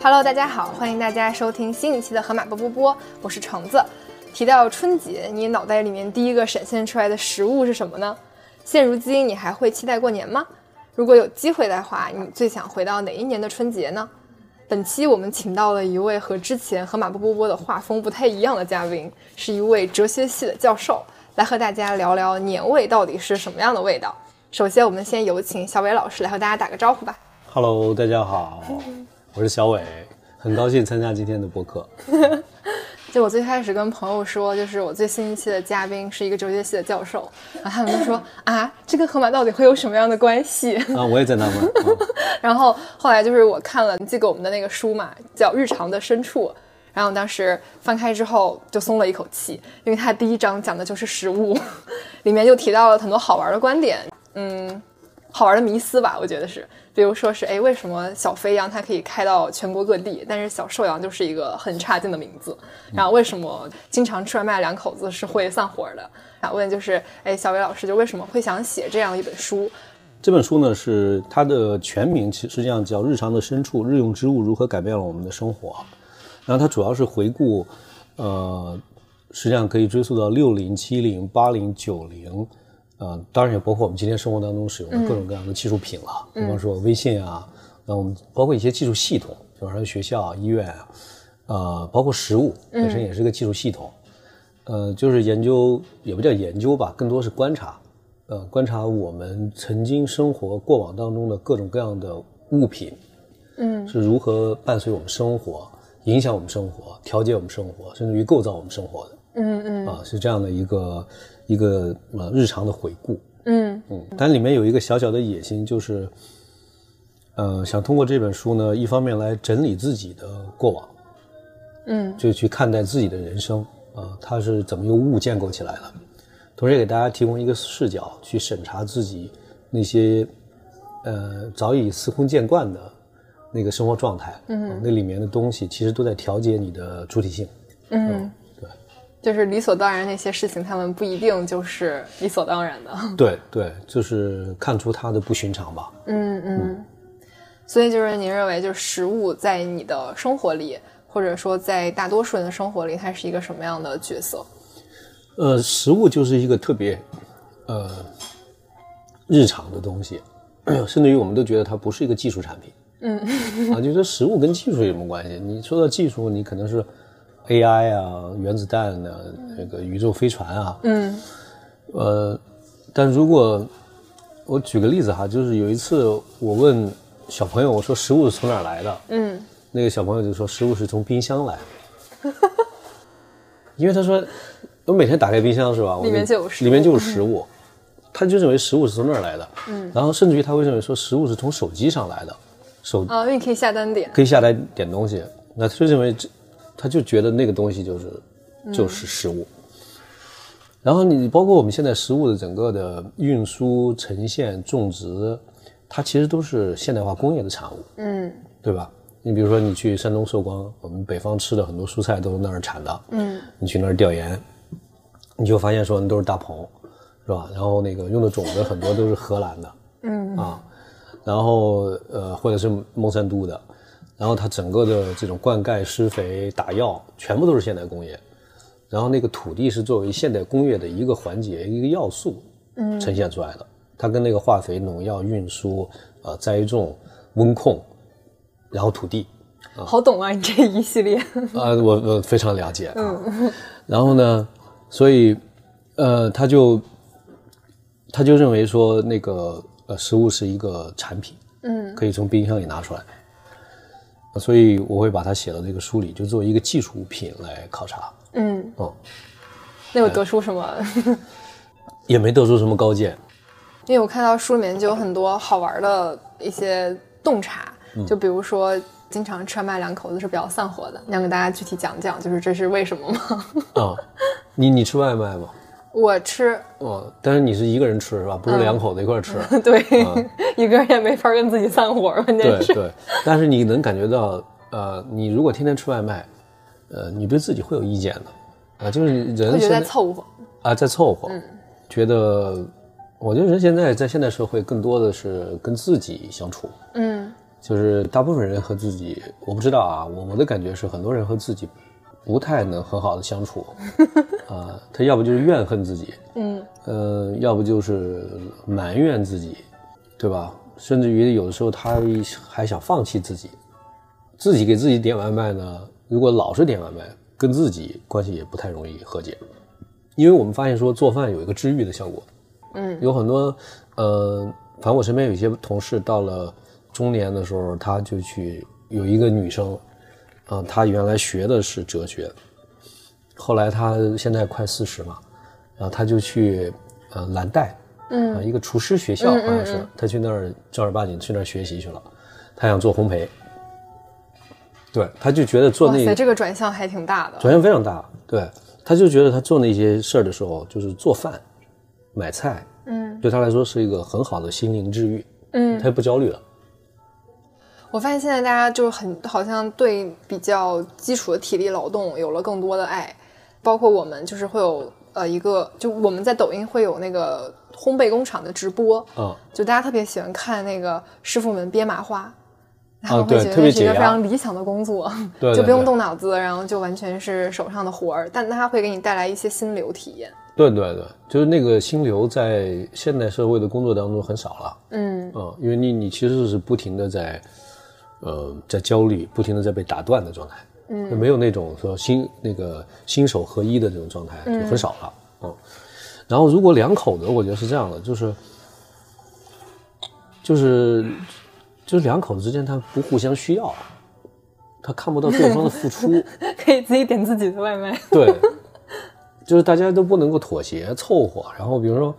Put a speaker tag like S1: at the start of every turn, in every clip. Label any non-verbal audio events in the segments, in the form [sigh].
S1: Hello，大家好，欢迎大家收听新一期的《河马波波波》，我是橙子。提到春节，你脑袋里面第一个闪现出来的食物是什么呢？现如今，你还会期待过年吗？如果有机会的话，你最想回到哪一年的春节呢？本期我们请到了一位和之前《河马波波波》的画风不太一样的嘉宾，是一位哲学系的教授，来和大家聊聊年味到底是什么样的味道。首先，我们先有请小伟老师来和大家打个招呼吧。
S2: Hello，大家好，我是小伟，很高兴参加今天的播客。
S1: 就我最开始跟朋友说，就是我最新一期的嘉宾是一个哲学系的教授，然后他们就说啊，这跟河马到底会有什么样的关系？
S2: 啊，我也在纳闷，啊
S1: 然后后来就是我看了你寄给我们的那个书嘛，叫《日常的深处》，然后当时翻开之后就松了一口气，因为它第一章讲的就是食物， [laughs] 里面就提到了很多好玩的观点，嗯，好玩的迷思吧，我觉得是，比如说是哎，为什么小肥羊它可以开到全国各地，但是小瘦羊就是一个很差劲的名字，然后为什么经常吃外卖的两口子是会散伙的？想问就是哎，小伟老师就为什么会想写这样一本书？
S2: 这本书呢是它的全名，其实际上叫《日常的深处：日用之物如何改变了我们的生活》。然后它主要是回顾，呃，实际上可以追溯到六零、七零、八零、九零，呃，当然也包括我们今天生活当中使用的各种各样的技术品了、比方说微信啊，那我们包括一些技术系统，比方说学校、啊、医院啊，呃，包括食物本身也是个技术系统。呃，就是研究也不叫研究吧，更多是观察，呃，观察我们曾经生活过往当中的各种各样的物品，嗯，是如何伴随我们生活，影响我们生活，调节我们生活，甚至于构造我们生活的，
S1: 嗯嗯
S2: 啊，是这样的一个一个呃日常的回顾，
S1: 嗯
S2: 嗯，但里面有一个小小的野心，就是，呃，想通过这本书呢，一方面来整理自己的过往，
S1: 嗯，
S2: 就去看待自己的人生啊、它是怎么用物建构起来的，同时也给大家提供一个视角去审查自己那些呃早已司空见惯的那个生活状态，嗯、那里面的东西其实都在调节你的主体性，
S1: 嗯，
S2: 对。
S1: 就是理所当然那些事情，他们不一定就是理所当然的。 [laughs]
S2: 对对，就是看出它的不寻常吧。
S1: 嗯嗯。所以就是您认为，就是食物在你的生活里，或者说在大多数人的生活里，它是一个什么样的角色？
S2: 呃，食物就是一个特别，呃，日常的东西， [clears throat] 甚至于我们都觉得它不是一个技术产品。嗯，啊，就说食物跟技术有什么关系？你说到技术，你可能是 AI 啊、原子弹啊、那个宇宙飞船啊。
S1: 嗯
S2: 呃，但如果我举个例子哈，就是有一次我问小朋友，我说食物是从哪儿来的？
S1: 嗯
S2: 那个小朋友就说食物是从冰箱来的， [laughs] 因为他说我每天打开冰箱是吧，我
S1: 里面就有食物
S2: 里面就有食物，他就认为食物是从那儿来的，嗯，然后甚至于他会认为说食物是从手机上来的，手
S1: 啊，因为你可以下单点。
S2: 可以下来点东西，那他就认为这，他就觉得那个东西就是就是食物。然后你包括我们现在食物的整个的运输、呈现、种植，它其实都是现代化工业的产物。
S1: 嗯
S2: 对吧？你比如说，你去山东寿光，我们北方吃的很多蔬菜都是那儿产的。嗯，你去那儿调研，你就发现说那都是大棚，是吧？然后那个用的种子很多都是荷兰的，嗯啊，然后呃或者是孟山都的，然后它整个的这种灌溉、施肥、打药，全部都是现代工业。然后那个土地是作为现代工业的一个环节、一个要素，嗯，呈现出来的。它跟那个化肥、农药、运输、呃栽种、温控，然后土地，
S1: 好懂啊，你这一系列。
S2: 呃，我我非常了解。嗯，然后呢，所以，呃，他就他就认为说，那个呃，食物是一个产品，嗯，可以从冰箱里拿出来。啊所以我会把它写到这个书里，就作为一个技术品来考察。
S1: 嗯，
S2: 哦、
S1: 那有得出什么？ [laughs]
S2: 也没得出什么高见。
S1: 因为我看到书里面就有很多好玩的一些洞察，就比如说经常吃外卖两口子是比较散伙的，你想给大家具体讲讲，就是这是为什么吗？ [laughs]
S2: 啊、你你吃外卖吗？
S1: 我吃 [laughs]
S2: 哦，但是你是一个人吃是吧？不是两口子一块儿吃。
S1: 对，一个人也没法跟自己散伙儿，关键
S2: 对
S1: 是，
S2: 对，但是你能感觉到，呃，你如果天天吃外卖，呃，你对自己会有意见的，啊、就是
S1: 我
S2: 人
S1: 觉得
S2: 现在
S1: 在
S2: 啊、
S1: 凑嗯合。
S2: 在凑合，觉得，我觉得人现在在现代社会更多的是跟自己相处，
S1: 嗯
S2: 就是大部分人和自己，我不知道啊，我我的感觉是，很多人和自己不太能很好的相处，啊、他要不就是怨恨自己，
S1: 嗯，
S2: 呃，要不就是埋怨自己，对吧？甚至于有的时候他还想放弃自己，自己给自己点外卖呢，如果老是点外卖，跟自己关系也不太容易和解，因为我们发现说做饭有一个治愈的效果，嗯，有很多，呃，反正我身边有一些同事到了中年的时候，他就去有一个女生，啊、她原来学的是哲学，后来她现在快四十嘛，然后她就去呃蓝带，嗯、一个厨师学校好像是，她去那儿正儿八经去那儿学习去了，她想做烘焙，对，她就觉得做
S1: 哇
S2: 那
S1: 塞，这个转向还挺大的。
S2: 转向非常大。对，他就觉得他做那些事儿的时候，就是做饭、买菜，嗯，对他来说是一个很好的心灵治愈，嗯，他也不焦虑了。
S1: 我发现现在大家就是很好像对比较基础的体力劳动有了更多的爱，包括我们就是会有呃一个，就我们在抖音会有那个烘焙工厂的直播，
S2: 啊、
S1: 就大家特别喜欢看那个师傅们编麻花，然后
S2: 啊对
S1: 会觉
S2: 特
S1: 得
S2: 别
S1: 那是一
S2: 解
S1: 个非
S2: 压
S1: 常理想的工作，
S2: 对对
S1: 就不用
S2: 对
S1: 动脑子，然后就完全是手上的活儿，但它会给你带来一些心流体验。
S2: 对对对，就是那个心流在现代社会的工作当中很少了，
S1: 嗯， [laughs]
S2: 嗯，因为你你其实是不停的在，呃，在焦虑，不停的在被打断的状态，嗯，没有那种说心那个心手合一的这种状态就很少了，嗯。然后如果两口子，我觉得是这样的，就是，就是，就是两口子之间他不互相需要，他看不到对方的付出，
S1: 可以自己点自己的外卖。
S2: [laughs] 对，就是大家都不能够妥协凑合。然后比如说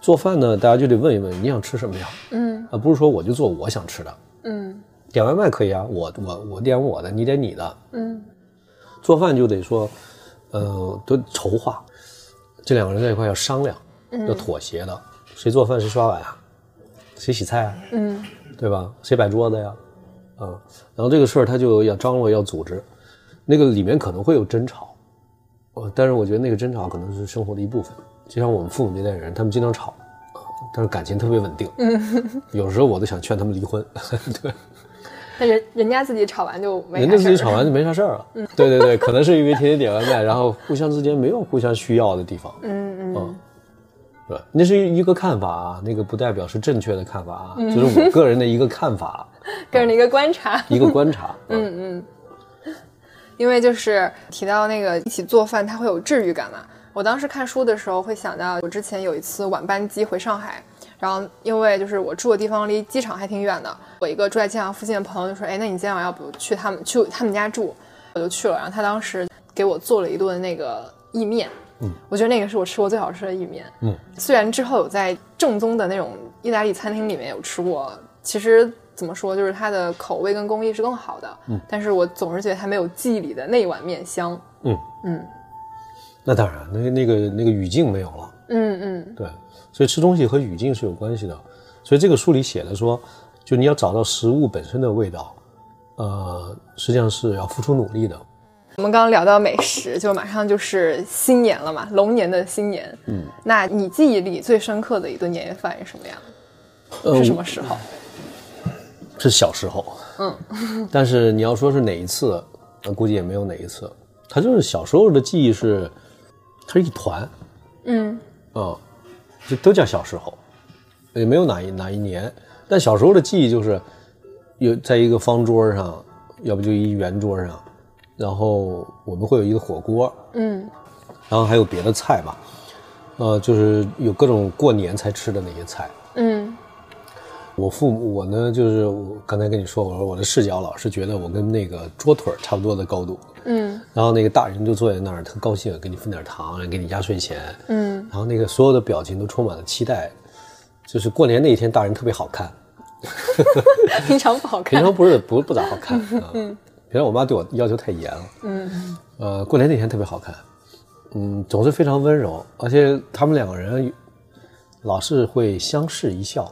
S2: 做饭呢，大家就得问一问你想吃什么呀？嗯，啊，不是说我就做我想吃的。
S1: 嗯
S2: 点外卖可以啊，我我我点我的，你点你的。
S1: 嗯，
S2: 做饭就得说，呃，都筹划，这两个人在一块要商量，
S1: 嗯
S2: 要妥协的，谁做饭谁刷碗啊，谁洗菜啊，
S1: 嗯，
S2: 对吧？谁摆桌子呀？啊、然后这个事儿他就要张罗要组织，那个里面可能会有争吵，呃，但是我觉得那个争吵可能是生活的一部分，就像我们父母那代人，他们经常吵，啊但是感情特别
S1: [laughs]
S2: 稳定，嗯，有时候我都想劝他们离婚， [laughs] 对。
S1: 那人人家自己炒完就没
S2: 人
S1: 啥事
S2: 家自
S1: 儿嗯
S2: 己
S1: 了
S2: 吵完就没啥事儿了。对对对，可能是因为天天点外卖，然后互相之间没有互相需要的地方。
S1: 嗯嗯，
S2: 嗯，对，那是一个看法啊，那个不代表是正确的看法啊，就是我个人的一个看法，
S1: 个人的一个观察。 [laughs]
S2: 一个观察。嗯，
S1: 因为就是提到那个一起做饭，它会有治愈感嘛。我当时看书的时候会想到，我之前有一次晚班机回上海，然后因为就是我住的地方离机场还挺远的，我一个住在机场附近的朋友就说：“哎，那你今天晚上要不去他们去他们家住？”我就去了，然后他当时给我做了一顿那个意面，嗯，我觉得那个是我吃过最好吃的意面，
S2: 嗯，
S1: 虽然之后有在正宗的那种意大利餐厅里面有吃过，其实怎么说，就是它的口味跟工艺是更好的。嗯，但是我总是觉得它没有记忆里的那碗面香。
S2: 那当然，那个那个那个语境没有了。
S1: 嗯嗯
S2: 对，所以吃东西和语境是有关系的。所以这个书里写的说，就你要找到食物本身的味道，呃，实际上是要付出努力的。
S1: 我们刚刚聊到美食，就马上就是新年了嘛，龙年的新年。嗯，那你记忆里最深刻的一顿年夜饭是什么样？
S2: 呃
S1: 是什么时候？
S2: 是小时候，嗯，但是你要说是哪一次，那估计也没有哪一次。他就是小时候的记忆是，它是一团，
S1: 嗯
S2: 啊、就都叫小时候，也没有哪一哪一年。但小时候的记忆就是，有在一个方桌上，要不就一圆桌上，然后我们会有一个火锅，
S1: 嗯
S2: 然后还有别的菜吧，呃，就是有各种过年才吃的那些菜。
S1: 嗯
S2: 我父母我呢，就是我刚才跟你说，我说我的视角老是觉得我跟那个桌腿儿差不多的高度，
S1: 嗯
S2: 然后那个大人就坐在那儿特高兴，给你分点糖，然后给你压岁钱，
S1: 嗯，
S2: 然后那个所有的表情都充满了期待，就是过年那一天大人特别好看，
S1: 平常不好
S2: 平
S1: 看。
S2: 常不是不不咋好看，啊、平常我妈对我要求太严了，
S1: 嗯
S2: 呃，过年那天特别好看，嗯，总是非常温柔，而且他们两个人老是会相视一笑，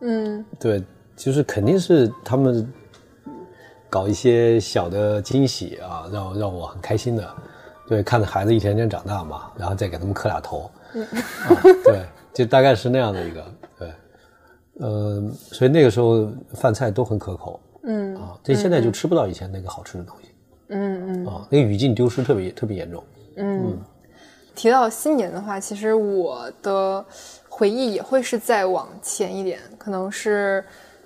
S1: 嗯
S2: 对，就是肯定是他们搞一些小的惊喜啊，让让我很开心的。对，看着孩子一天天长大嘛，然后再给他们磕俩头，
S1: 嗯
S2: 啊，对，就呃大概是那样的一个对，嗯、所以那个时候饭菜都很可口，嗯啊，这现在就吃不到以前那个好吃的东西。嗯嗯啊，那个语境丢失特别特别严重。
S1: 嗯提到新年的话，其实我的回忆也会是再往前一点，可能是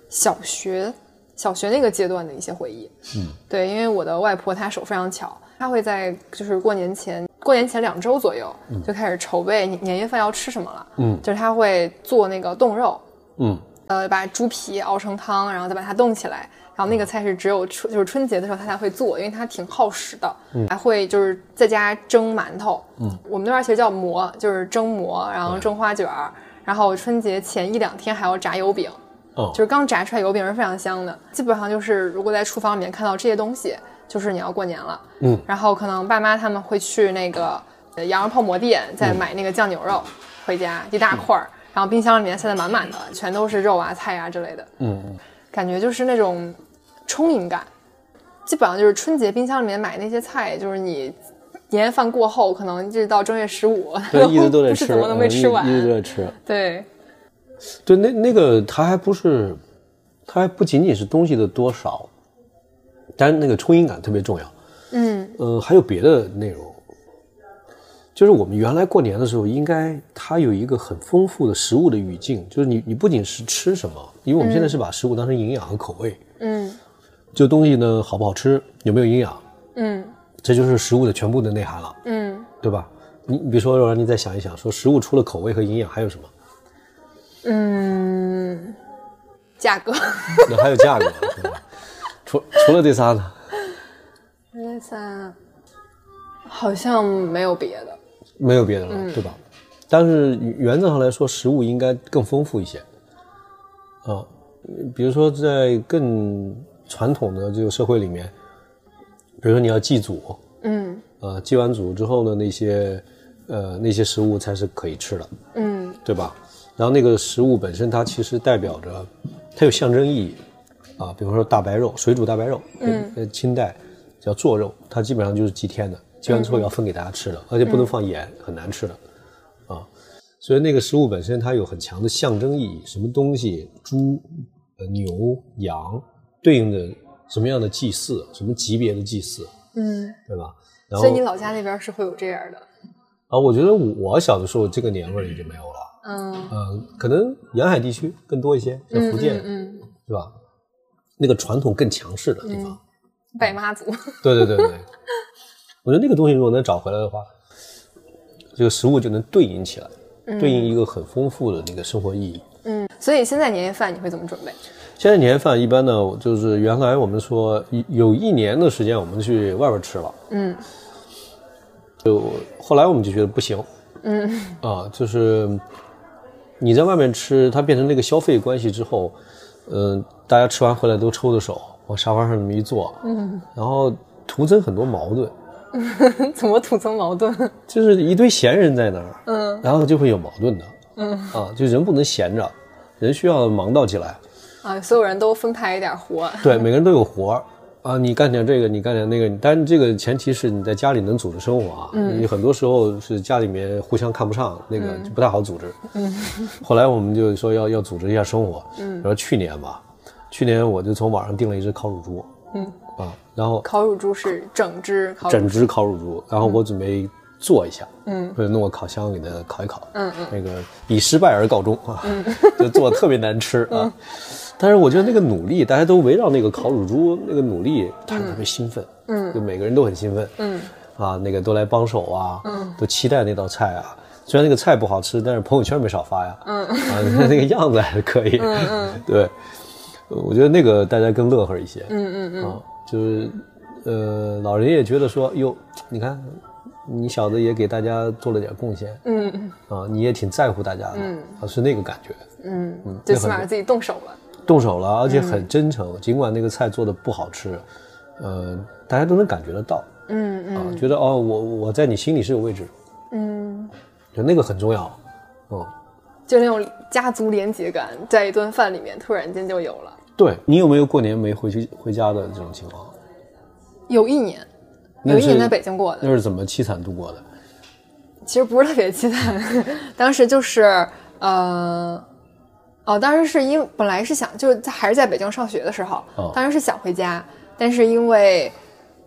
S1: 小学小学那个阶段的一些回忆。嗯，对，因为我的外婆她手非常巧，她会在就是过年前过年前两周左右就开始筹备年年夜饭要吃什么了。
S2: 嗯
S1: 就是她会做那个冻肉，
S2: 嗯
S1: 呃，把猪皮熬成汤，然后再把它冻起来。然后那个菜是只有春就是春节的时候它才会做，因为它挺耗时的，还会就是在家蒸馒头。嗯，我们那边其实叫馍，就是蒸馍，然后蒸花卷儿，然后春节前一两天还要炸油饼，
S2: 哦，
S1: 就是刚炸出来油饼是非常香的。基本上就是如果在厨房里面看到这些东西，就是你要过年了。
S2: 嗯，
S1: 然后可能爸妈他们会去那个呃羊肉泡馍店再
S2: 嗯
S1: 买那个酱牛肉回家一大块儿，然后冰箱里面塞得满满的，全都是肉啊菜啊之类的，
S2: 嗯嗯
S1: 感觉就是那种充盈感。基本上就是春节冰箱里面买那些菜，就是你年夜饭过后，可能一直到正月十五，
S2: 对，一直都
S1: [laughs]
S2: 在
S1: 不知
S2: 吃，
S1: 怎么能没
S2: 嗯
S1: 吃完
S2: 一。直都在吃。
S1: 对，
S2: 对，那那个它还不是，它还不仅仅是东西的多少，但是那个充盈感特别重要。
S1: 嗯
S2: 呃，还有别的内容，就是我们原来过年的时候，应该它有一个很丰富的食物的语境，就是你你不仅是吃什么，因为我们现在是把食物当成营养和口味，
S1: 嗯
S2: 这东西呢好不好吃，有没有营养，
S1: 嗯
S2: 这就是食物的全部的内涵了，
S1: 嗯
S2: 对吧？你你比如说，让你再想一想，说食物除了口味和营养还有什么？
S1: 嗯，价格。
S2: 那还有价格，对吧？除除了这仨呢？
S1: 那三好像没有别的。
S2: 没有别的了，对吧？但是原则上来说，食物应该更丰富一些，啊，比如说在更传统的这个社会里面，比如说你要祭祖，
S1: 嗯
S2: 啊，祭完祖之后呢，那些呃那些食物才是可以吃的，
S1: 嗯
S2: 对吧？然后那个食物本身它其实代表着，它有象征意义，啊，比方说大白肉，水煮大白肉，嗯，呃，清代叫做肉，它基本上就是祭天的，祭完之后要分给大家吃
S1: 嗯
S2: 的，而且不能放盐，很难吃的，啊，所以那个食物本身它有很强的象征意义，什么东西，猪、呃牛、羊，对应的什么样的祭祀，什么级别的祭祀，
S1: 嗯，
S2: 对吧？然后
S1: 所以你老家那边是会有这样的。
S2: 啊，我觉得我小的时候这个年味儿已经没有了。
S1: 嗯
S2: 嗯，可能沿海地区更多一些，像
S1: 嗯
S2: 福建，
S1: 嗯，嗯
S2: 对吧？那个传统更强势的地方，
S1: 拜妈祖。
S2: [laughs] 对对对对。我觉得那个东西如果能找回来的话，这个食物就能对应起来，对应一个很丰富的那个生活意义。
S1: 嗯， [laughs] 所以现在年夜饭你会怎么准备？
S2: 现在年夜饭一般呢，就是原来我们说有有一年的时间我们去外边吃了，
S1: 嗯 [laughs]
S2: 就后来我们就觉得不行，
S1: 嗯
S2: 啊，就是你在外面吃，它变成那个消费关系之后，嗯、大家吃完回来都抽着手往沙发上那么一坐，嗯，然后徒增很多矛盾，
S1: 怎么吐槽矛盾？
S2: 就是一堆闲人在那儿，
S1: 嗯
S2: 然后就会有矛盾的，嗯，啊，就人不能闲着，人需要忙到起来，
S1: 啊，所有人都分派一点活。
S2: [laughs] 对，每个人都有活儿啊，你干点这个，你干点那个，但这个前提是你在家里能组织生活啊。你很多时候是家里面互相看不上，那个就不太好组织。嗯， [laughs] 后来我们就说要要组织一下生活。嗯，然后去年吧，去年我就从网上订了一只烤乳猪。嗯，啊，然后
S1: 烤乳猪是整只烤乳
S2: 整只烤乳猪，然后我准备做一下，
S1: 嗯，
S2: 或者弄个烤箱给它烤一烤，
S1: 嗯
S2: 嗯，那个以失败而告终啊， [laughs] 就做的特别难吃啊。但是我觉得那个努力，大家都围绕那个烤乳猪那个努力，大家特别兴奋，嗯，就每个人都很兴奋，
S1: 嗯，
S2: 啊，那个都来帮手啊，嗯，都期待那道菜啊。虽然那个菜不好吃，但是朋友圈没少发呀，嗯，啊，那个样子还是可以，嗯嗯， [laughs] 对，我觉得那个大家更乐呵一些，嗯嗯嗯，啊，就是呃，老人也觉得说，哟，你看你小子也给大家做了点贡献
S1: 嗯
S2: 啊，你也挺在乎大家的，啊，是那个感觉，
S1: 嗯，最起码自己动手了。
S2: 动手了，而且很真诚，
S1: 嗯
S2: 尽管那个菜做的不好吃，呃，大家都能感觉得到，
S1: 嗯嗯
S2: 啊，觉得哦，我我在你心里是有位置的，
S1: 嗯，
S2: 就那个很重要，嗯。
S1: 就那种家族连结感，在一顿饭里面突然间就有了。
S2: 对你有没有过年没回去回家的这种情况？
S1: 有一年，
S2: 那
S1: 有一年
S2: 是
S1: 在北京过的，
S2: 那是怎么凄惨度过的？
S1: [laughs] 其实不是特别期待，当时就是呃，哦，当时是因本来是想就是在还是在北京上学的时候，
S2: 哦
S1: 当时是想回家，但是因为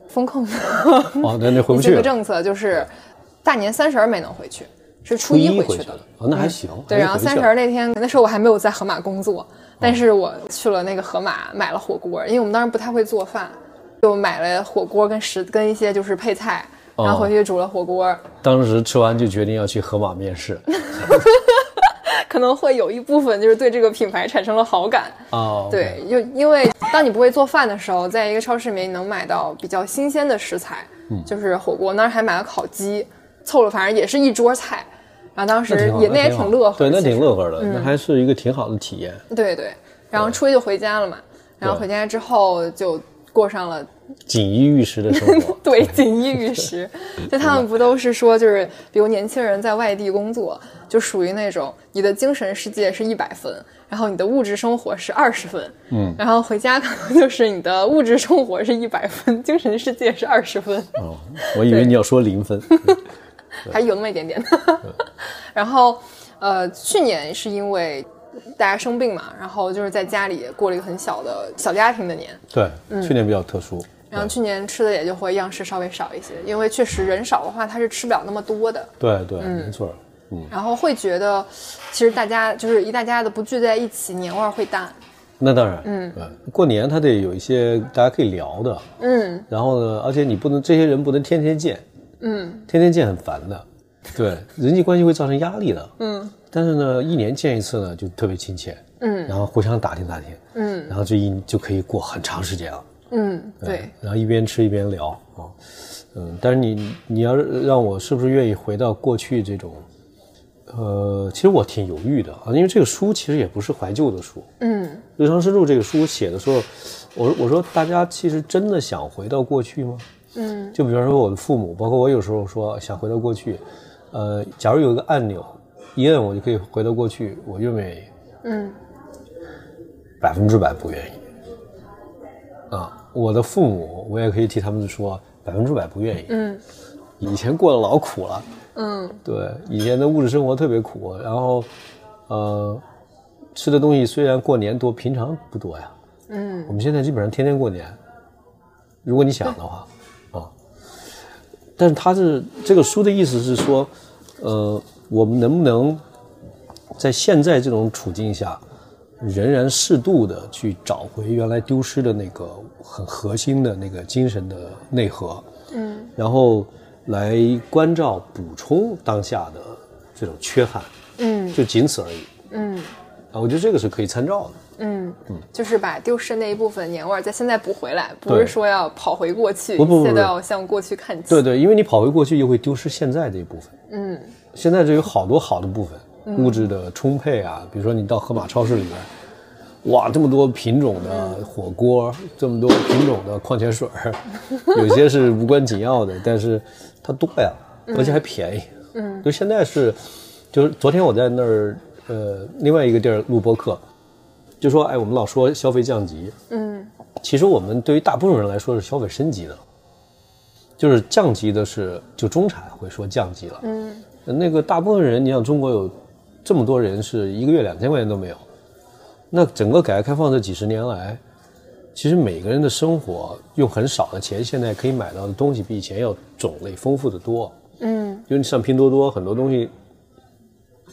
S1: 风控，嗯
S2: 哦，那那回不
S1: 这
S2: 去
S1: 个
S2: 了，
S1: 政策就是大年三十儿没能回去，是初
S2: 初
S1: 一
S2: 一
S1: 回
S2: 去
S1: 的。
S2: 了，哦，那还行。
S1: 对，
S2: 还
S1: 然后
S2: 是回
S1: 三
S2: 去
S1: 十
S2: 了
S1: 儿那天，那时候我还没有在盒马工作，但是我去了那个盒马买了火锅，因为我们当时不太会做饭，就买了火锅跟食跟一些就是配菜，然
S2: 哦
S1: 后回去煮了火锅，
S2: 当时吃完就决定要去盒马
S1: [laughs]
S2: 面试。
S1: 可能会有一部分就是对这个品牌产生了好感。
S2: 哦，
S1: 对，就因为当你不会做饭的时候，在一个超市里面你能买到比较新鲜的食材，
S2: 嗯
S1: 就是火锅，那儿还买了烤鸡，凑了反正也是一桌菜，然后当
S2: 那
S1: 时
S2: 挺好，
S1: 也那也挺乐呵，
S2: 对，那挺
S1: 呵。
S2: 乐呵的，那还是一个挺好的体验。
S1: 对对，然后初一就回家了嘛，然后
S2: 对
S1: 回家之后就过上了，
S2: 锦衣玉食的生活
S1: [laughs] 对锦衣玉食。就他们不都是说，就是比如年轻人在外地工作，就属于那种你的精神世界是一百分，然后你的物质生活是二十分，嗯，然后回家可能就是你的物质生活是一百分，精神世界是二十分。
S2: 哦，我以为你要说零分，
S1: 嗯
S2: [laughs]
S1: 还有那么一点点。 [laughs] 然后，呃，去年是因为大家生病嘛，然后就是在家里过了一个很小的小家庭的年。
S2: 对，
S1: 嗯
S2: 去年比较特殊，
S1: 然后去年吃的也就会样式稍微少一些，因为确实人少的话，他是吃不了那么多的。
S2: 对对，没错，嗯，
S1: 然后会觉得，其实大家就是一大家的不聚在一起，年味儿会淡。
S2: 那当然，嗯，过年他得有一些大家可以聊的，嗯，然后呢，而且你不能这些人不能天天见，嗯，天天见很烦的，对，人际关系会造成压力的，嗯，但是呢，一年见一次呢就特别亲切，嗯，然后互相打听打听，嗯，然后就一就可以过很长时间了。
S1: 嗯，对，
S2: 然后一边吃一边聊啊，嗯，但是你你要是让我是不是愿意回到过去这种，呃，其实我挺犹豫的啊，因为这个书其实也不是怀旧的书，
S1: 嗯，
S2: 《日常深处》这个书写的时候，我我说大家其实真的想回到过去吗？嗯，就比方说我的父母，包括我有时候说想回到过去，呃，假如有一个按钮，一摁我就可以回到过去，我愿不愿意？
S1: 嗯，
S2: 百分之百不愿意。啊，我的父母，我也可以替他们说百分之百不愿意。
S1: 嗯，
S2: 以前过得老苦了，
S1: 嗯，
S2: 对，以前的物质生活特别苦，然后，呃，吃的东西虽然过年多，平常不多呀。
S1: 嗯，
S2: 我们现在基本上天天过年，如果你想的话，啊，但是他是这个书的意思是说，呃，我们能不能在现在这种处境下，仍然适度的去找回原来丢失的那个很核心的那个精神的内核，嗯，然后来关照补充当下的这种缺憾，
S1: 嗯，
S2: 就仅此而已
S1: 嗯，
S2: 啊，我觉得这个是可以参照的。
S1: 嗯，就是把丢失那一部分年味儿在现在补回来，不是
S2: 对
S1: 说要跑回过去，
S2: 不不不
S1: 一切
S2: 不
S1: 都要向过去看齐。
S2: 对对，因为你跑回过去，又会丢失现在这一部分。
S1: 嗯，
S2: 现在这有好多好的部分，物质的充沛啊，比如说你到盒马超市里边，哇，这么多品种的火锅，这么多品种的矿泉水儿有些是无关紧要的，但是它多呀，而且还便宜。嗯，就现在是，就是昨天我在那儿，呃，另外一个地儿录播客，就说，哎，我们老说消费降级，
S1: 嗯
S2: 其实我们对于大部分人来说是消费升级的，就是降级的是就中产会说降级了。
S1: 嗯
S2: 那个大部分人，你想中国有这么多人是一个月两千块钱都没有，那整个改革开放这几十年来，其实每个人的生活用很少的钱，现在可以买到的东西比以前要种类丰富的多。
S1: 嗯
S2: 因为你上拼多多很多东西，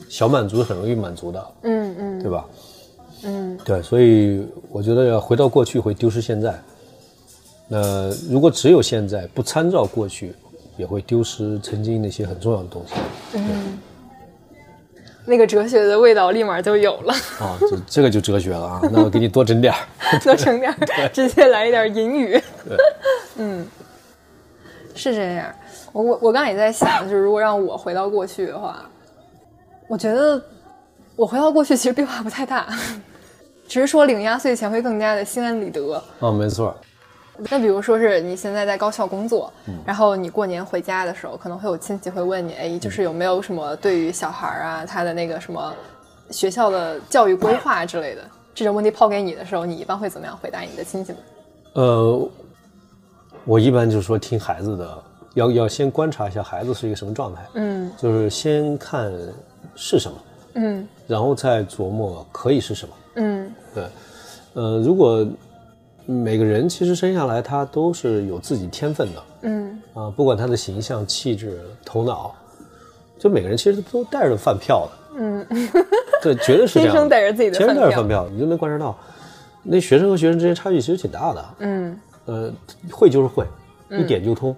S2: 小满足是很容易满足的，
S1: 嗯嗯
S2: 对吧？
S1: 嗯
S2: 对，所以我觉得要回到过去会丢失现在。那如果只有现在，不参照过去，也会丢失曾经那些很重要的东西。
S1: 嗯，那个哲学的味道立马就有了，
S2: 啊，这 [laughs] 这个就哲学了啊！那我给你多整点儿。
S1: [laughs] 多整点儿，直接来一点隐语。嗯， [laughs] 是这样。我我我刚才也在想，就是如果让我回到过去的话，我觉得我回到过去其实变化不太大， [laughs] 只是说领压岁钱会更加的心安理得。
S2: 啊，没错儿，
S1: 那比如说是你现在在高校工作，
S2: 嗯
S1: 然后你过年回家的时候，可能会有亲戚会问你，哎，就是有没有什么对于小孩儿啊，他的那个什么学校的教育规划之类的这种问题抛给你的时候，你一般会怎么样回答你的亲戚们？
S2: 呃，我一般就说听孩子的，要要先观察一下孩子是一个什么状态，
S1: 嗯
S2: 就是先看是什么，
S1: 嗯
S2: 然后再琢磨可以是什么。
S1: 嗯
S2: 对，呃，如果每个人其实生下来他都是有自己天分的
S1: 嗯
S2: 啊、不管他的形象、气质、头脑，就每个人其实都带着饭票的。嗯，对，绝对是这
S1: [laughs] 天
S2: 样。
S1: 生带着自己的
S2: 天生带着
S1: 饭
S2: 饭票，你就能观察到，那学生和学生之间差距其实挺大的。
S1: 嗯
S2: 呃，会就是会，一点就通，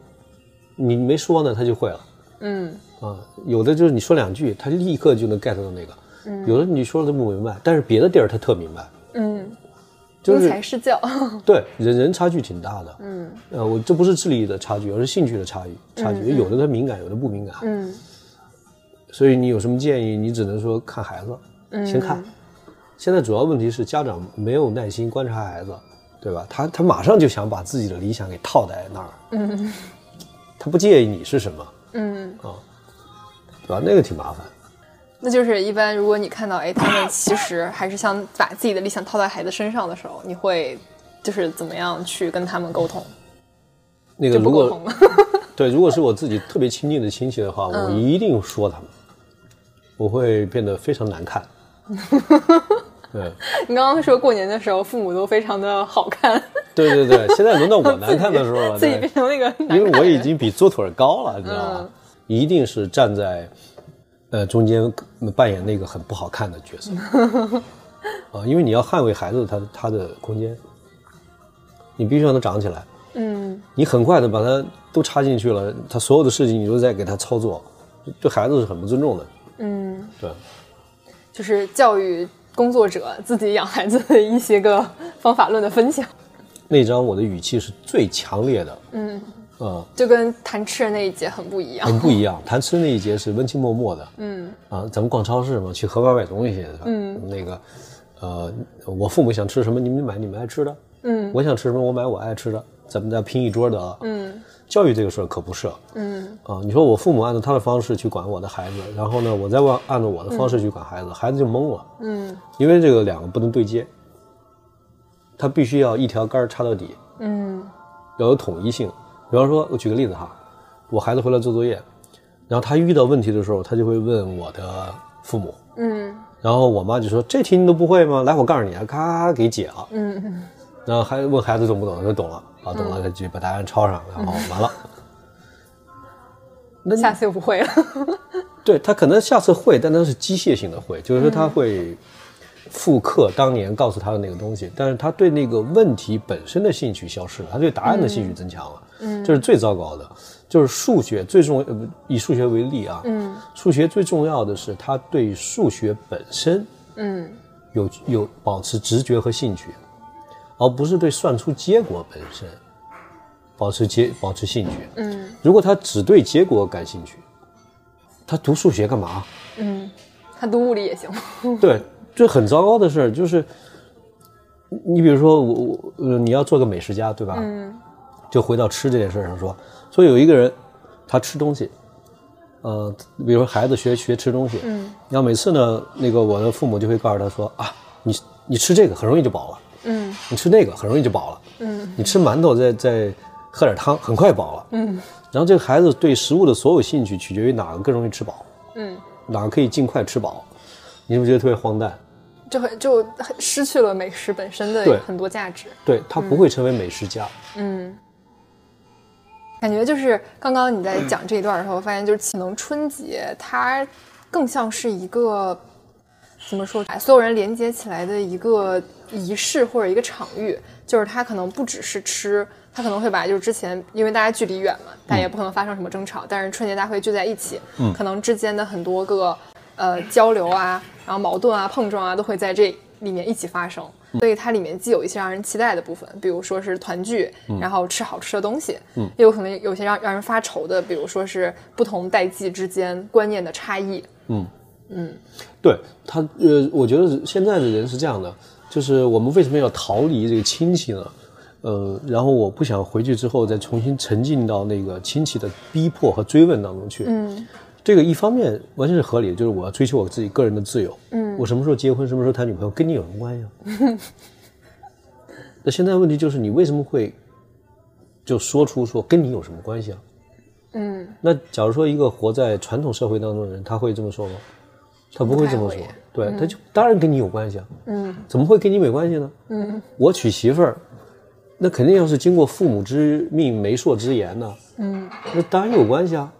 S2: 你没说呢，他就会了。
S1: 嗯
S2: 啊，有的就是你说两句，他立刻就能 get 到那个；有的你说了他不明白，但是别的地儿他特明白。
S1: 嗯，
S2: 就
S1: 因
S2: 是
S1: 材施
S2: [laughs]
S1: 教。
S2: 对人人差距挺大的。
S1: 嗯
S2: 呃，我这不是智力的差距，而是兴趣的差距。差距、有的他敏感，有的不敏感。
S1: 嗯
S2: 所以你有什么建议，你只能说看孩子，
S1: 嗯
S2: 先看。现在主要问题是家长没有耐心观察孩子，对吧？他他马上就想把自己的理想给套在那儿，
S1: 嗯
S2: 他不介意你是什么，
S1: 嗯，
S2: 对吧？那个挺麻烦。
S1: 那就是一般，如果你看到哎，他们其实还是想把自己的理想套在孩子身上的时候，你会就是怎么样去跟他们沟通？
S2: 那个
S1: 就不
S2: 如
S1: 沟
S2: 果
S1: 通了。
S2: 对，如果是我自己特别亲近的亲戚的话，
S1: 嗯
S2: 我一定说他们，我会变得非常难
S1: [laughs]
S2: 看。对
S1: 你刚刚说过年的时候，父母都非常的好看，
S2: 对对对，现在轮到我难看的时候
S1: [laughs]
S2: 了，
S1: 自己
S2: 啊对
S1: 变，成那个男
S2: 因为
S1: 看
S2: 我
S1: 人
S2: 已经比左腿儿高了，你知道吧？
S1: 嗯
S2: 一定是站在呃中间扮演那个很不好看的角
S1: [laughs]
S2: 色啊，因为你要捍卫孩子他他的空间，你必须让他长起来。
S1: 嗯
S2: 你很快的把他都插进去了，他所有的事情你都在给他操作，对孩子是很不尊重的。
S1: 嗯，
S2: 对，
S1: 就是教育工作者自己养孩子的一些个方法论的分享。
S2: 那张我的语气是最强烈的，
S1: 嗯，
S2: 呃，
S1: 就跟谈吃的那一节很不一样。
S2: 很不一样。谈吃那一节是温情脉脉的，
S1: 嗯
S2: 啊，咱们逛超市嘛，去河马买东西，是吧
S1: 嗯，
S2: 那个，呃，我父母想吃什么，你们买你们爱吃的，
S1: 嗯
S2: 我想吃什么，我买我爱吃的，咱们再拼一桌得了。
S1: 嗯
S2: 教育这个事儿可不是啊，
S1: 嗯
S2: 你说我父母按照他的方式去管我的孩子，然后呢，我再按按照我的方式去管孩子，孩子就懵了，
S1: 嗯
S2: 因为这个两个不能对接，他必须要一条杆儿插到底，
S1: 嗯
S2: 要有统一性。比方说，我举个例子哈，我孩子回来做作业，然后他遇到问题的时候，他就会问我的父母，
S1: 嗯
S2: 然后我妈就说：“这题你都不会吗？来，我告诉你啊，咔给解了。
S1: 嗯”
S2: 然后还问孩子懂不懂，他说懂了啊，懂了，他就把答案抄上，然后完了。
S1: 嗯，下次又不会了。 [laughs]
S2: 对他可能下次会，
S1: 嗯
S2: 但他是机械性的会，就是说他会复刻当年告诉他的那个东西，但是他对那个问题本身的兴趣消失了，他对答案的兴趣增强了，嗯，这是最糟糕的。就是数学最重要，呃不以数学为例啊，
S1: 嗯
S2: 数学最重要的是他对数学本身
S1: 嗯
S2: 有有保持直觉和兴趣，而不是对算出结果本身保持结保持兴趣。
S1: 嗯
S2: 如果他只对结果感兴趣，他读数学干嘛？
S1: 嗯，他读物理也行。
S2: 对，这很糟糕的事儿就是，你你比如说我我呃你要做个美食家对吧？
S1: 嗯
S2: 就回到吃这件事儿上说，说有一个人他吃东西，呃，比如说孩子学学吃东西，
S1: 嗯
S2: 然后每次呢，那个我的父母就会告诉他说啊，你你吃这个很容易就饱了，
S1: 嗯
S2: 你吃那个很容易就饱了，
S1: 嗯
S2: 你吃馒头再再喝点汤，很快饱了。
S1: 嗯
S2: 然后这个孩子对食物的所有兴趣取决于哪个更容易吃饱，
S1: 嗯，
S2: 哪个可以尽快吃饱，你是不是觉得特别荒诞？
S1: 就很就很失去了美食本身
S2: 对
S1: 的很多价值。
S2: 对他不会成为美食家，
S1: 嗯，感觉就是刚刚你在讲这一段的时候，我发现就是启能春节，它更像是一个怎么说，所有人连接起来的一个仪式或者一个场域。就是它可能不只是吃，它可能会把就是之前因为大家距离远嘛，但也不可能发生什么争吵，但是春节大会聚在一起，
S2: 嗯
S1: 可能之间的很多个呃交流啊，然后矛盾啊、碰撞啊，都会在这里面一起发生。
S2: 嗯
S1: 所以它里面既有一些让人期待的部分，比如说是团聚，
S2: 嗯
S1: 然后吃好吃的东西，嗯，也有可能有些让让人发愁的，比如说是不同代际之间观念的差异。
S2: 对他，呃，我觉得现在的人是这样的，就是我们为什么要逃离这个亲戚呢？呃，然后我不想回去之后再重新沉浸到那个亲戚的逼迫和追问当中去。
S1: 嗯
S2: 这个一方面完全是合理，就是我要追求我自己个人的自由。
S1: 嗯
S2: 我什么时候结婚，什么时候谈女朋友，跟你有什么关系啊？
S1: [laughs]
S2: 那现在问题就是你为什么会就说出说跟你有什么关系啊？
S1: 嗯
S2: 那假如说一个活在传统社会当中的人，他会这么说吗？他不会这
S1: 不
S2: 么
S1: 太
S2: 说
S1: 会，嗯
S2: 对，他就当然跟你有关系啊，嗯，怎么会跟你没关系呢？嗯，我娶媳妇儿，那肯定要是经过父母之命、媒妁之言呢，嗯，那当然有关系啊，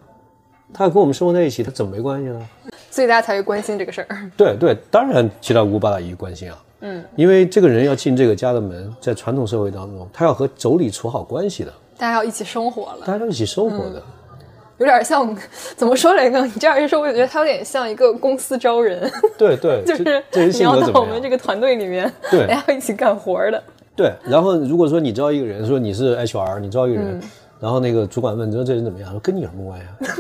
S2: 他要跟我们生活在一起，他怎么没关系呢？
S1: 所以大家才会关心这个事儿。 [laughs]
S2: 对对，当然七大姑八大姨关心啊，嗯，因为这个人要进这个家的门，在传统社会当中，他要和妯娌处好关系的，
S1: 大家要一起生活了，
S2: 大家要一起生活的，
S1: 嗯有点像，怎么说来着？你这样一说，我就觉得他有点像一个公司招人， [laughs]
S2: 对对，
S1: 就是
S2: 这这人
S1: 你
S2: 性
S1: 要
S2: 格怎
S1: 到我
S2: 么
S1: 们
S2: 样
S1: 这？个团队里面，
S2: 对
S1: [laughs] 大家一起干活儿的。 [laughs]
S2: 对，然后如果说你招一个人，说你是 HR，你招一个人，
S1: 嗯
S2: 然后那个主管问你说这人怎么样，说跟你有什么关系啊？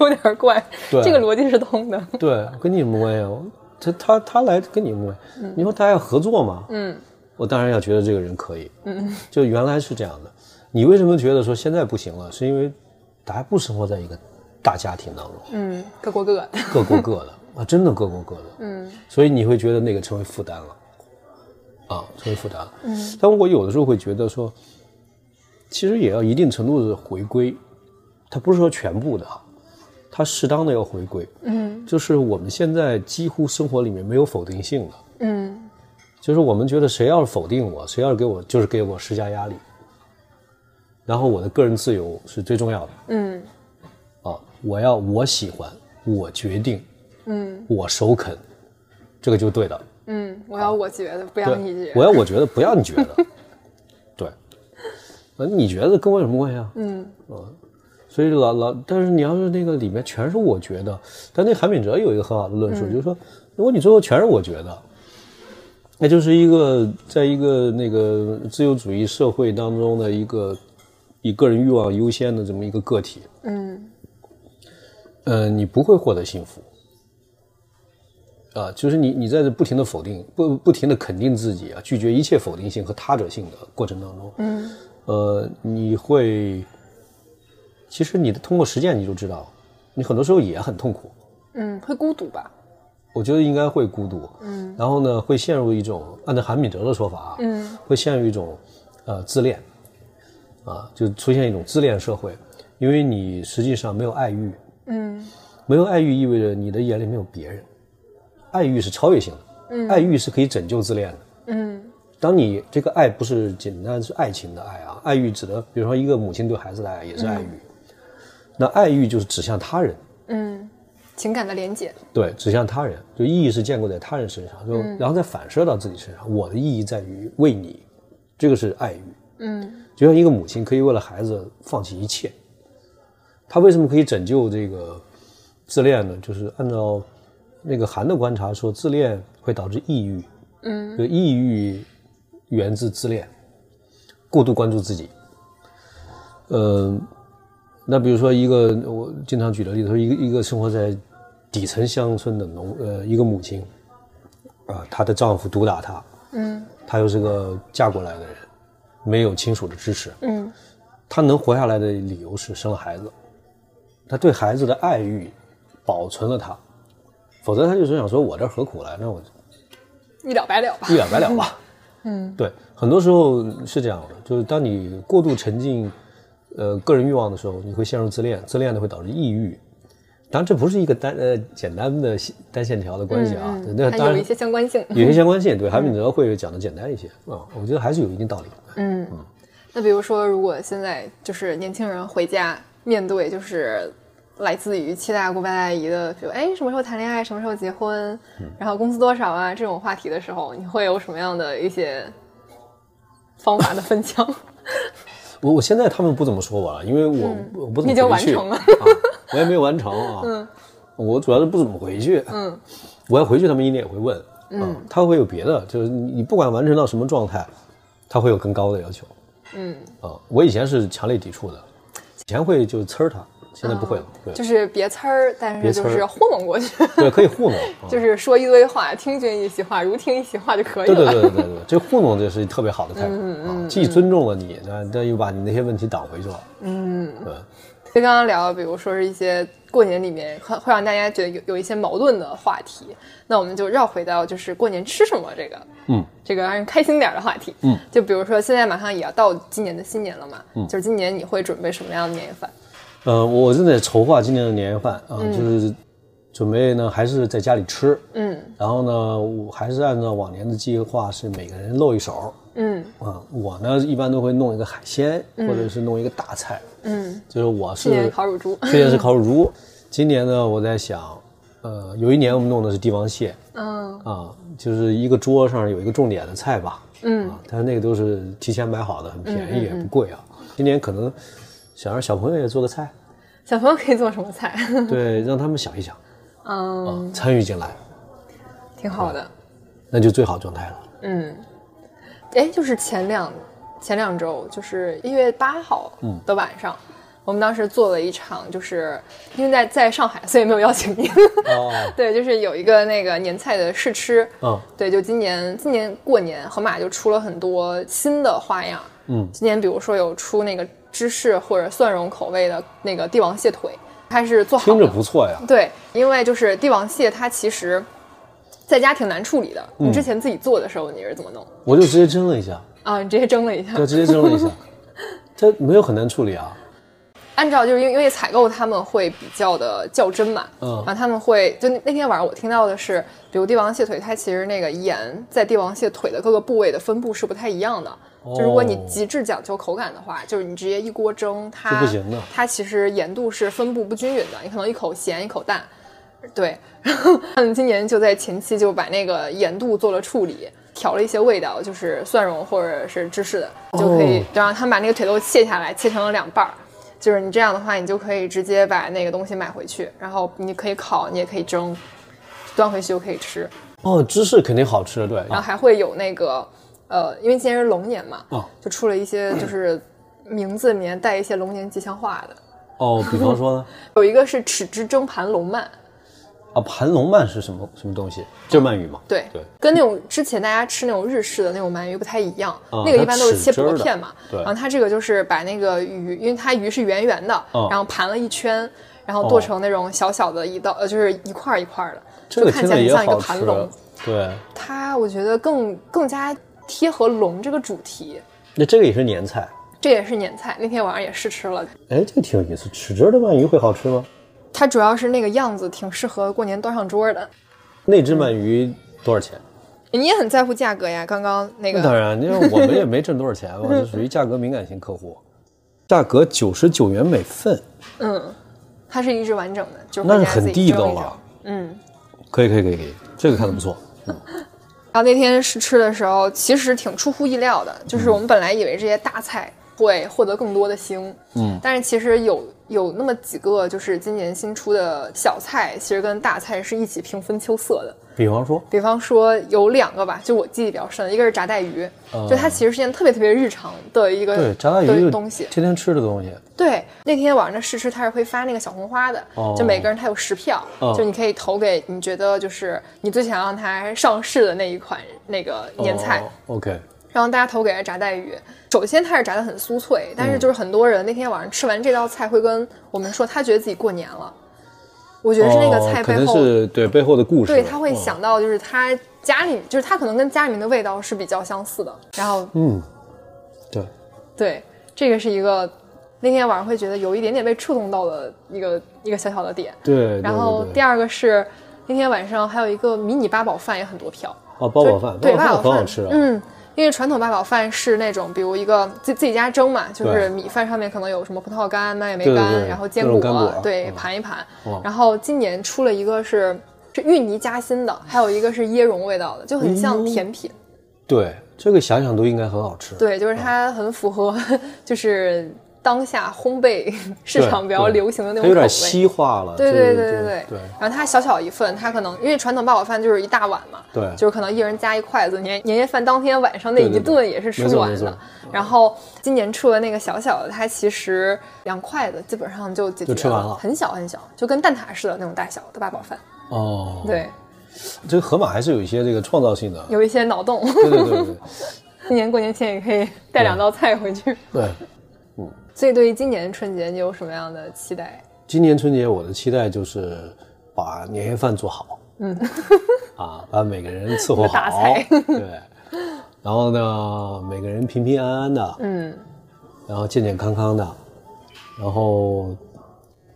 S1: 有点怪，
S2: 对
S1: 这个逻辑是通的。
S2: [laughs] 对，跟你有什么关系啊？我他他他来跟你有什么关系？你说他要合作嘛？嗯，我当然要觉得这个人可以。嗯，就原来是这样的，你为什么觉得说现在不行了？是因为大家不生活在一个大家庭当中，
S1: 嗯，各过各的。
S2: 各过各 [laughs] 的啊，真的各过各的。嗯，所以你会觉得那个成为负担了，啊，成为负担了。嗯，但我有的时候会觉得说，其实也要一定程度的回归，它不是说全部的，啊，它适当的要回归。嗯，就是我们现在几乎生活里面没有否定性的，
S1: 嗯，
S2: 就是我们觉得谁要是否定我，谁要是给我就是给我施加压力，然后我的个人自由是最重要的。
S1: 嗯，
S2: 啊，我要我喜欢，我决定，嗯，我首肯，这个就对的。
S1: 嗯，我要我觉得，不要
S2: 对，
S1: 你觉
S2: 我
S1: 得。
S2: 要我觉得，不要
S1: [laughs]
S2: 你觉得，对，呃，你觉得跟我有什么关系啊？嗯所以老老，但是你要是那个里面全是我觉得，但那韩炳哲有一个很好的论述，
S1: 嗯
S2: 就是说，如果你最后全是我觉得，那就是一个在一个那个自由主义社会当中的一个以个人欲望优先的这么一个个体，
S1: 嗯
S2: 呃，你不会获得幸福。啊，就是你你在这不停的否定，不不停的肯定自己啊，拒绝一切否定性和他者性的过程当中，嗯，呃，你会，其实你的通过实践你就知道，你很多时候也很痛苦，
S1: 嗯，会孤独吧？
S2: 我觉得应该会孤独，嗯，然后呢，会陷入一种按照韩炳哲的说法啊，
S1: 嗯，
S2: 会陷入一种呃自恋，啊，就出现一种自恋社会，因为你实际上没有爱欲，
S1: 嗯
S2: 没有爱欲意味着你的眼里没有别人，爱欲是超越性的，爱欲是可以拯救自恋的。
S1: 嗯
S2: 当你这个爱不是简单是爱情的爱啊，爱欲指的，比如说一个母亲对孩子的爱也是爱欲，那爱欲就是指向他人，
S1: 嗯，情感的连接。
S2: 对，指向他人，就意义是建构在他人身上，就、然后再反射到自己身上。我的意义在于为你，这个是爱欲。
S1: 嗯
S2: 就像一个母亲可以为了孩子放弃一切，她为什么可以拯救这个自恋呢？就是按照那个韩的观察说，自恋会导致抑郁，嗯，就抑郁源自自恋，过度关注自己。嗯，那比如说一个我经常举的例子，说一个一个生活在底层乡村的农呃一个母亲，啊、她的丈夫毒打她，
S1: 嗯
S2: 她又是个嫁过来的人，没有亲属的支持，
S1: 嗯
S2: 她能活下来的理由是生了孩子，她对孩子的爱欲保存了她，否则她就是想说，我这何苦来？那我
S1: 一了百了吧
S2: 一。了百了吧。嗯，对，很多时候是这样的，就是当你过度沉浸呃个人欲望的时候，你会陷入自恋，自恋呢会导致抑郁。当然，这不是一个单呃简单的单线条的关系啊，那
S1: 嗯它
S2: 当
S1: 有
S2: 然
S1: 一些相嗯关性。
S2: 有些相
S1: [laughs]
S2: 关性，对韩炳哲会讲的简单一些啊、我觉得还是有一定道理。
S1: 嗯，那比如说，如果现在就是年轻人回家面对就是来自于七大姑八大姨的，比如哎什么时候谈恋爱，什么时候结婚，
S2: 嗯
S1: 然后工资多少啊这种话题的时候，你会有什么样的一些方法的分享？
S2: 我我现在他们不怎么说我了，因为我、 [laughs] 我不怎
S1: 嗯你
S2: 么回去
S1: 已经完成了
S2: 啊，我也没有完成啊。我主要是不怎么回去。
S1: 嗯，
S2: 我要回去，他们一定也会问。嗯，他会有别的，就是你你不管完成到什么状态，他会有更高的要求。
S1: 嗯，
S2: 啊，我以前是强烈抵触的，以前会就呲儿他，现在不会了。
S1: 嗯就
S2: 对
S1: 是别呲儿，但
S2: 别
S1: 是
S2: 呲儿
S1: 就是糊弄过去，
S2: 对，可以糊弄。啊
S1: 就是说一堆话，听君一席话，如听一席话就可以
S2: 对
S1: 了。
S2: 对对对对，对这糊弄这是特别好的态度啊，既尊重了你，但但又把你那些问题挡回去了。嗯，对。
S1: 就刚刚聊，比如说是一些过年里面会会让大家觉得有有一些矛盾的话题，那我们就绕回到就是过年吃什么这个，
S2: 嗯，
S1: 这个让人开心点儿的话题，
S2: 嗯，
S1: 就比如说现在马上也要到今年的新年了嘛，嗯，就是今年你会准备什么样的年夜饭？
S2: 呃，我正在筹划今年的年夜饭啊，就是准备呢还是在家里吃，
S1: 嗯
S2: 然后呢，我还是按照往年的计划是每个人露一手
S1: 嗯
S2: 啊。我呢一般都会弄一个海鲜，或者是弄一个大菜，
S1: 嗯，
S2: 就是我
S1: 今年
S2: 是
S1: 烤乳猪，
S2: 去年是烤乳猪，今年呢我在想，呃，有一年我们弄的是帝王蟹
S1: 嗯
S2: 啊，就是一个桌上有一个重点的菜吧，
S1: 嗯
S2: 啊，但是那个都是提前买好的，很便宜也不贵啊。今年可能想让小朋友也做
S1: [laughs]
S2: 个菜，
S1: 小朋友可以做什么菜？
S2: 对，让他们想一想
S1: 嗯，
S2: 啊，参与进来，
S1: 挺好的。
S2: 那就最好状态了。
S1: 嗯，哎，就是前两前两周，就是一月八号
S2: 嗯
S1: 的晚上，我们当时做了一场，就是因为在在上海，所以没有邀请您。 [laughs]
S2: 哦，
S1: 对，就是有一个那个年菜的试吃。
S2: 嗯
S1: 对，就今年今年过年，盒马就出了很多新的花样。
S2: 嗯
S1: 今年比如说有出那个芝士或者蒜蓉口味的那个帝王蟹腿，它是做好
S2: 听
S1: 的。
S2: 着不错呀。
S1: 对，因为就是帝王蟹，它其实在家挺难处理的。
S2: 嗯
S1: 你之前自己做的时候，你是怎么弄？
S2: 我就直接蒸了一下，
S1: 啊，你直接蒸了一下。
S2: 对，直接蒸
S1: [laughs]
S2: 了一下，这没有很难处理啊。
S1: 按照就是因为因为采购他们会比较的较真嘛，
S2: 嗯
S1: 然后他们会就那那天晚上我听到的是，比如帝王蟹腿，它其实那个盐在帝王蟹腿的各个部位的分布是不太一样的。
S2: 哦
S1: 就如果你极致讲究口感的话，就是你直接一锅蒸，它
S2: 是不行的
S1: 它其实盐度是分布不均匀的，你可能一口咸一口淡。对，然后 [laughs] 他们今年就在前期就把那个盐度做了处理，调了一些味道，就是蒜蓉或者是芝士的，就可以
S2: 哦
S1: 就让他们把那个腿都切下来，切成了两半儿。就是你这样的话，你就可以直接把那个东西买回去，然后你可以烤，你也可以蒸，端回去就可以吃。
S2: 哦，芝士肯定好吃，对
S1: 然
S2: 啊
S1: 后还会有那个，呃，因为今年是龙年嘛，
S2: 啊
S1: 就出了一
S2: [clears throat]
S1: 些就是名字里面带一些龙年吉祥话的，
S2: 哦，比
S1: [laughs]
S2: 方说呢，
S1: 有一个是豉汁蒸盘龙鳗，
S2: 啊，盘龙鳗是什么什么东西？就是鳗鱼嘛。
S1: 对，
S2: 对
S1: 跟那种之前大家吃那种日式的那种鳗鱼不太一样，
S2: 啊
S1: 那个一般都是
S2: 它
S1: 切
S2: 豉汁儿
S1: 薄
S2: 的
S1: 片嘛，
S2: 对
S1: 然后它这个就是把那个鱼，因为它鱼是圆圆的，
S2: 嗯
S1: 然后盘了一圈，然后剁
S2: 哦
S1: 成那种小小的一道，呃，就是一块儿一块儿的，
S2: 这
S1: 就
S2: 个
S1: 看
S2: 听
S1: 起来很
S2: 着也
S1: 像一个
S2: 好
S1: 盘
S2: 吃
S1: 龙。。
S2: 对，
S1: 它我觉得更更加贴合龙这个主题，
S2: 那这个也是年菜。
S1: 这也是年菜，那天晚上也试吃了。
S2: 哎，这个挺有意思，豉汁儿的鳗鱼会好吃吗？
S1: 它主要是那个样子挺适合过年端上桌的。
S2: 那只鳗鱼多少钱？
S1: 你也很在乎价格呀，刚刚那
S2: 那
S1: 个
S2: 当然，因为我们也没挣多少
S1: [laughs]
S2: 钱嘛，就属于价格敏感型客户。价格九十九元每份，
S1: 嗯，它是一只完整的，就是
S2: 那
S1: 回
S2: 是
S1: 家自
S2: 很
S1: 己蒸
S2: 地道啊
S1: 一蒸
S2: 了。。
S1: 嗯，
S2: 可以可以可以可以，这个看着不错。
S1: 然后那天试吃的时候，其实挺出乎意料
S2: 嗯
S1: 的，就是我们本来以为这些大菜会获得更多的星，
S2: 嗯，
S1: 但是其实有有那么几个就是今年新出的小菜，其实跟大菜是一起平分秋色的。
S2: 比方说，
S1: 比方说有两个吧，就我记忆比较深，一个是炸带鱼，
S2: 嗯
S1: 就它其实是件特别特别日常的一个
S2: 对，炸带鱼
S1: 的
S2: 就
S1: 嗯东西。
S2: 天天吃的东西。
S1: 对，那天晚上的试吃它是会发那个小红花的，
S2: 哦
S1: 就每个人他有十票，
S2: 嗯
S1: 就你可以投给你觉得就是你最想让它上市的那一款那个年菜，
S2: 哦、OK，
S1: 然后大家投给了炸带鱼。首先它是炸的很酥
S2: 嗯
S1: 脆，但是就是很多人那天晚上吃完这道菜会跟我们说，他觉得自己过年了。我觉得是那个
S2: 哦
S1: 菜
S2: 可
S1: 背
S2: 能
S1: 后嗯
S2: 是对背后的故事。
S1: 对，他会
S2: 嗯
S1: 想到就是他家里，就是他可能跟家里面的味道是比较相似的。然后，
S2: 嗯，对，
S1: 对，这个是一个那天晚上会觉得有一点点被触动到的一个一个小小的点。
S2: 对对。
S1: 然后
S2: 对
S1: 第二个是那天晚上还有一个迷你八宝饭也很多票，
S2: 哦，八宝饭，
S1: 对
S2: 八
S1: 八
S2: 宝
S1: 宝
S2: 饭
S1: 饭
S2: 很好吃啊。
S1: 嗯。因为传统八宝饭是那种，比如一个自自己家蒸嘛，就是
S2: 对
S1: 米饭上面可能有什么葡萄干、蔓越莓
S2: 对对
S1: 干，
S2: 对
S1: 然后坚
S2: 各
S1: 果，
S2: 种干果
S1: 对，
S2: 嗯
S1: 盘一盘。
S2: 哦
S1: 然后今年出了一个是是芋泥夹心的，还有一个是椰蓉味道的，就很
S2: 哦
S1: 像甜品。
S2: 对，这个想想都应该很好吃。
S1: 对，就是它很符合 [laughs] 就是当下烘焙市
S2: 对，
S1: 场比较
S2: 对
S1: 流行的那种口味。
S2: 它有点西化了。
S1: 对
S2: 这
S1: 对
S2: 个
S1: 对对
S2: 就
S1: 对
S2: 对。
S1: 然后它小小一份，它可能因为传统八宝饭就是一大碗嘛，
S2: 对
S1: 就是可能一人加一筷子，年年夜饭当天晚上那
S2: 哎对对
S1: 一顿
S2: 对
S1: 也是吃
S2: 没
S1: 不
S2: 错
S1: 完
S2: 没
S1: 的
S2: 错。
S1: 然后今年出了那个小小的，它其实两筷子基本上就解决
S2: 就吃完了
S1: 很小很小，就跟蛋挞似的那种大小的八宝饭。
S2: 哦，，
S1: 对，
S2: 这个河马还是有一些这个创造性的。
S1: 有一些脑洞， [laughs]
S2: 对对对对
S1: 今年过年前也可以带两道菜回
S2: [laughs]
S1: 去。
S2: 对。
S1: 所以对于今年春节，你有什么样的期待？
S2: 今年春节我的期待就是把年夜饭做好，嗯， [laughs] 啊，把每个人伺候
S1: 一个大
S2: 好
S1: 菜，
S2: 对，然后呢，每个人平平安安的，
S1: 嗯，
S2: 然后健健康康的，然后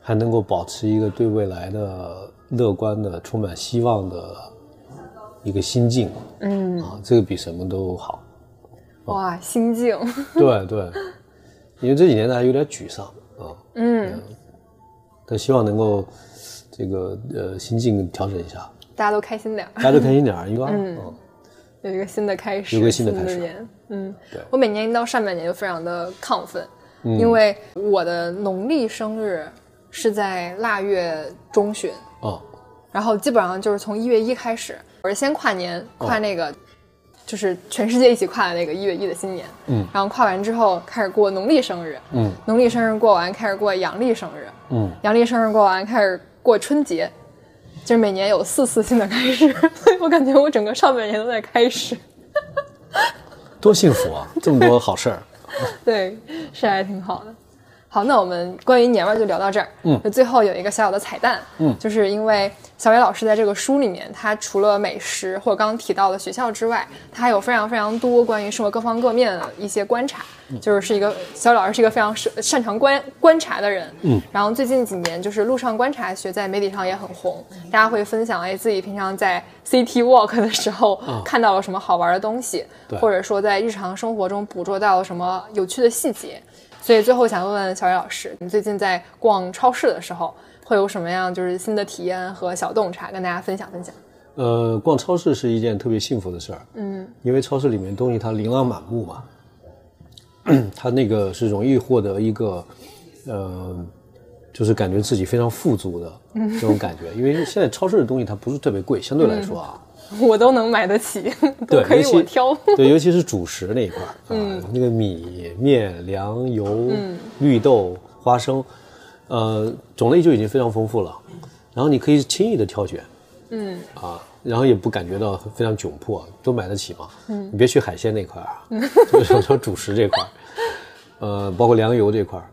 S2: 还能够保持一个对未来的乐观的、充满希望的一个心境。嗯啊，这个比什么都好。哦
S1: 哇，心境， [laughs]
S2: [laughs] 对对，因为这几年大家有点沮丧啊，
S1: 嗯，
S2: 但希望能够这个呃心境调整一下，
S1: 大家都开心点儿，
S2: 大家都开心点儿，应该嗯
S1: 有一个新的开始，
S2: 有个新的开始
S1: 年。嗯
S2: 对，嗯
S1: 我每年到上半年就非常的亢奋，因为我的农历生日是在腊月中旬，
S2: 啊
S1: 然后基本上就是从一月一开始，我是先跨年，
S2: 哦
S1: 跨那个、就是全世界一起跨的那个一月一的新年，
S2: 嗯，
S1: 然后跨完之后开始过农历生日，
S2: 嗯
S1: 农历生日过完开始过阳历生日，
S2: 嗯，
S1: 阳历生日过完开始过春节，就是每年有四次新的开始， [laughs] 所以我感觉我整个上半年都在开始，
S2: 多幸福 [laughs] 啊！这么多好事儿，
S1: 对，是还挺好的。好，那我们关于年味儿就聊到这儿。嗯，最后有一个小小的彩蛋，嗯，就是因为小伟老师在这个书里面，他除了美食或者刚刚提到的学校之外，他还有非常非常多关于生活各方各面的一些观察，就是是一个小伟老师是一个非常擅擅长观观察的人。嗯，然后最近几年就是路上观察学在媒体上也很红，大家会分享哎自己平常在 CT walk 的时候看到了什么好玩的东西，
S2: 对
S1: 或者说在日常生活中捕捉到什么有趣的细节。所以最后想问问小雨老师，你最近在逛超市的时候，会有什么样就是新的体验和小洞察跟大家分享分享？
S2: 呃，逛超市是一件特别幸福的事儿，嗯，因为超市里面东西它琳琅满目嘛， [clears throat] 它那个是容易获得一个，呃，就是感觉自己非常富足的这种感觉，因为现在超市的东西它不是特别贵，相对来说啊，
S1: [laughs] 我都能买得起，都 [laughs]
S2: 对，
S1: 可
S2: 尤
S1: 以
S2: 其
S1: 我挑。
S2: [laughs] 对，尤其是主食那一块儿，嗯，那个米、面、粮、油、
S1: 嗯
S2: 绿豆、花生，呃，种类就已经非常丰富了。然后你可以轻易的挑选，嗯，啊，然后也不感觉到非常窘迫，都买得起嘛。嗯，你别去海鲜那块儿啊，
S1: [laughs]
S2: 就是说主食这块儿，呃，包括粮油这块儿。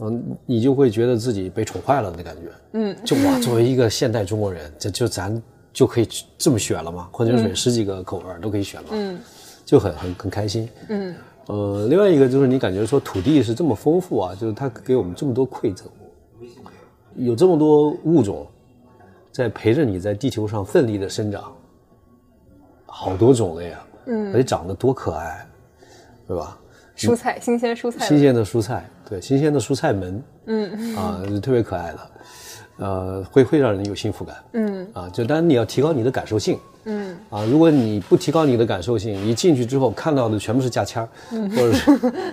S2: 嗯，你就会觉得自己被宠坏了的感觉。嗯，就哇，作为一个现代中国人，这就咱就可以这么选了吗？矿泉水十几个口味儿都可以选吗？嗯，就很很很开心。嗯，呃，另外一个就是你感觉说土地是这么丰富啊，就是它给我们这么多馈赠，有这么多物种在陪着你在地球上奋力的生长，好多种类啊，嗯，而且长得多可爱，对吧？
S1: 蔬菜，新鲜蔬菜，
S2: 嗯新鲜的蔬菜，对，新鲜的蔬菜门，嗯啊，是特别可爱的，呃，会会让人有幸福感，嗯啊，就当然你要提高你的感受性，嗯啊，如果你不提高你的感受性，一进去之后看到的全部是价签儿，或者是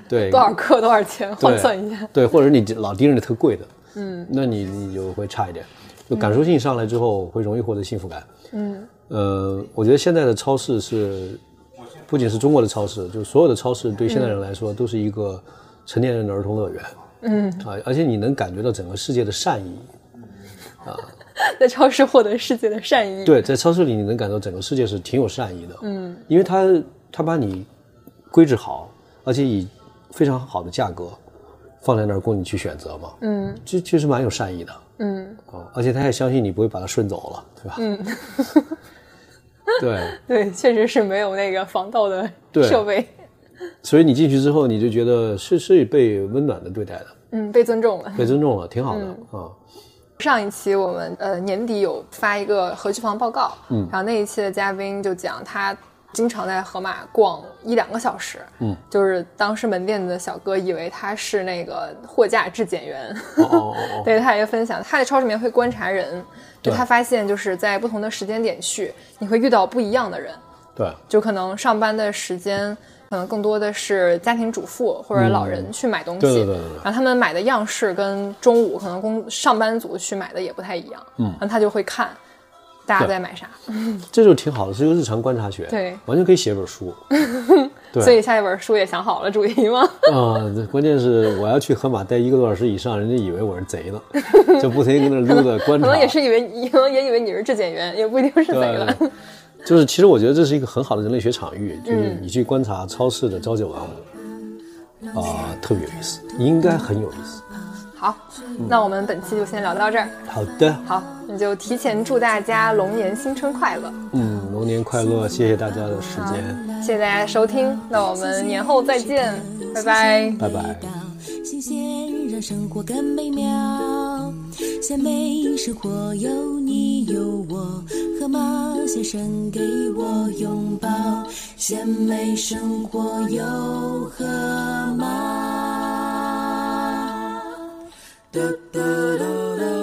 S2: 对
S1: [laughs] 多少克多少钱，
S2: 对
S1: 换算一下。
S2: [laughs] 对，或者你老盯着特贵的，嗯，那你你就会差一点，就感受性上来之后会容易获得幸福感，嗯，呃，我觉得现在的超市是，不仅是中国的超市，就所有的超市对现代
S1: 嗯
S2: 人来说都是一个成年人的儿童乐园，嗯，啊，而且你能感觉到整个世界的善意，
S1: 在超市获得世界的善意。
S2: 对，在超市里你能感到整个世界是挺有善意的，嗯，因为它它把你规制好，而且以非常好的价格放在那儿供你去选择嘛，嗯，这其实蛮有善意的，嗯，啊，而且他也相信你不会把它顺走了，对吧？嗯， [laughs] 对，
S1: 对，确实是没有那个防盗的
S2: 对
S1: 设备，
S2: 所以你进去之后，你就觉得是是被温暖的对待的，
S1: 嗯，被尊重了。
S2: 被尊重了，挺好的、啊，
S1: 上一期我们呃年底有发一个核区房报告，嗯，然后那一期的嘉宾就讲他经常在河马逛一两个小时，嗯，就是当时门店的小哥以为他是那个货架质检员，
S2: 哦哦哦
S1: [laughs]
S2: 哦，
S1: 对他也分享，他在超市里面会观察人，就
S2: 对
S1: 他发现就是在不同的时间点去，你会遇到不一样的人，
S2: 对，
S1: 就可能上班的时间，可能更多的是家庭主妇或者老人去买东西，
S2: 嗯对对对对对
S1: 然后他们买的样式跟中午可能工上班族去买的也不太一样，嗯，然后他就会看大家在买啥，
S2: 这就挺好的，是一个日常观察学，
S1: 对
S2: 完全可以写本 [laughs] 书，对
S1: 所以下一本书也想好了主题
S2: [laughs]
S1: 吗？ [laughs]
S2: 啊、这关键是我要去河马待一个多小时以上，人家以为我是
S1: [laughs]
S2: 贼呢，就不停地跟那儿溜达观
S1: 可
S2: 察。
S1: 能也是以为，可能也以为你是质检员，也不一定是贼了。
S2: 对， [laughs] 就是其实我觉得这是一个很好的人类学场域，就是你去观察超市的朝九晚五，啊、特别有意思，应该很有意思。
S1: 好，
S2: 嗯
S1: 那我们本期就先聊到这儿。
S2: 好的，
S1: 好，那就提前祝大家龙年新春快乐！
S2: 嗯，龙年快乐，谢谢大家的时间，
S1: 谢谢大家收听，那我们年后再见，拜拜。
S2: 拜拜。
S3: 新鲜让生活更美妙。鲜美生活有你有我和马先生给我拥抱，鲜美生活有河马。嘟嘟嘟嘟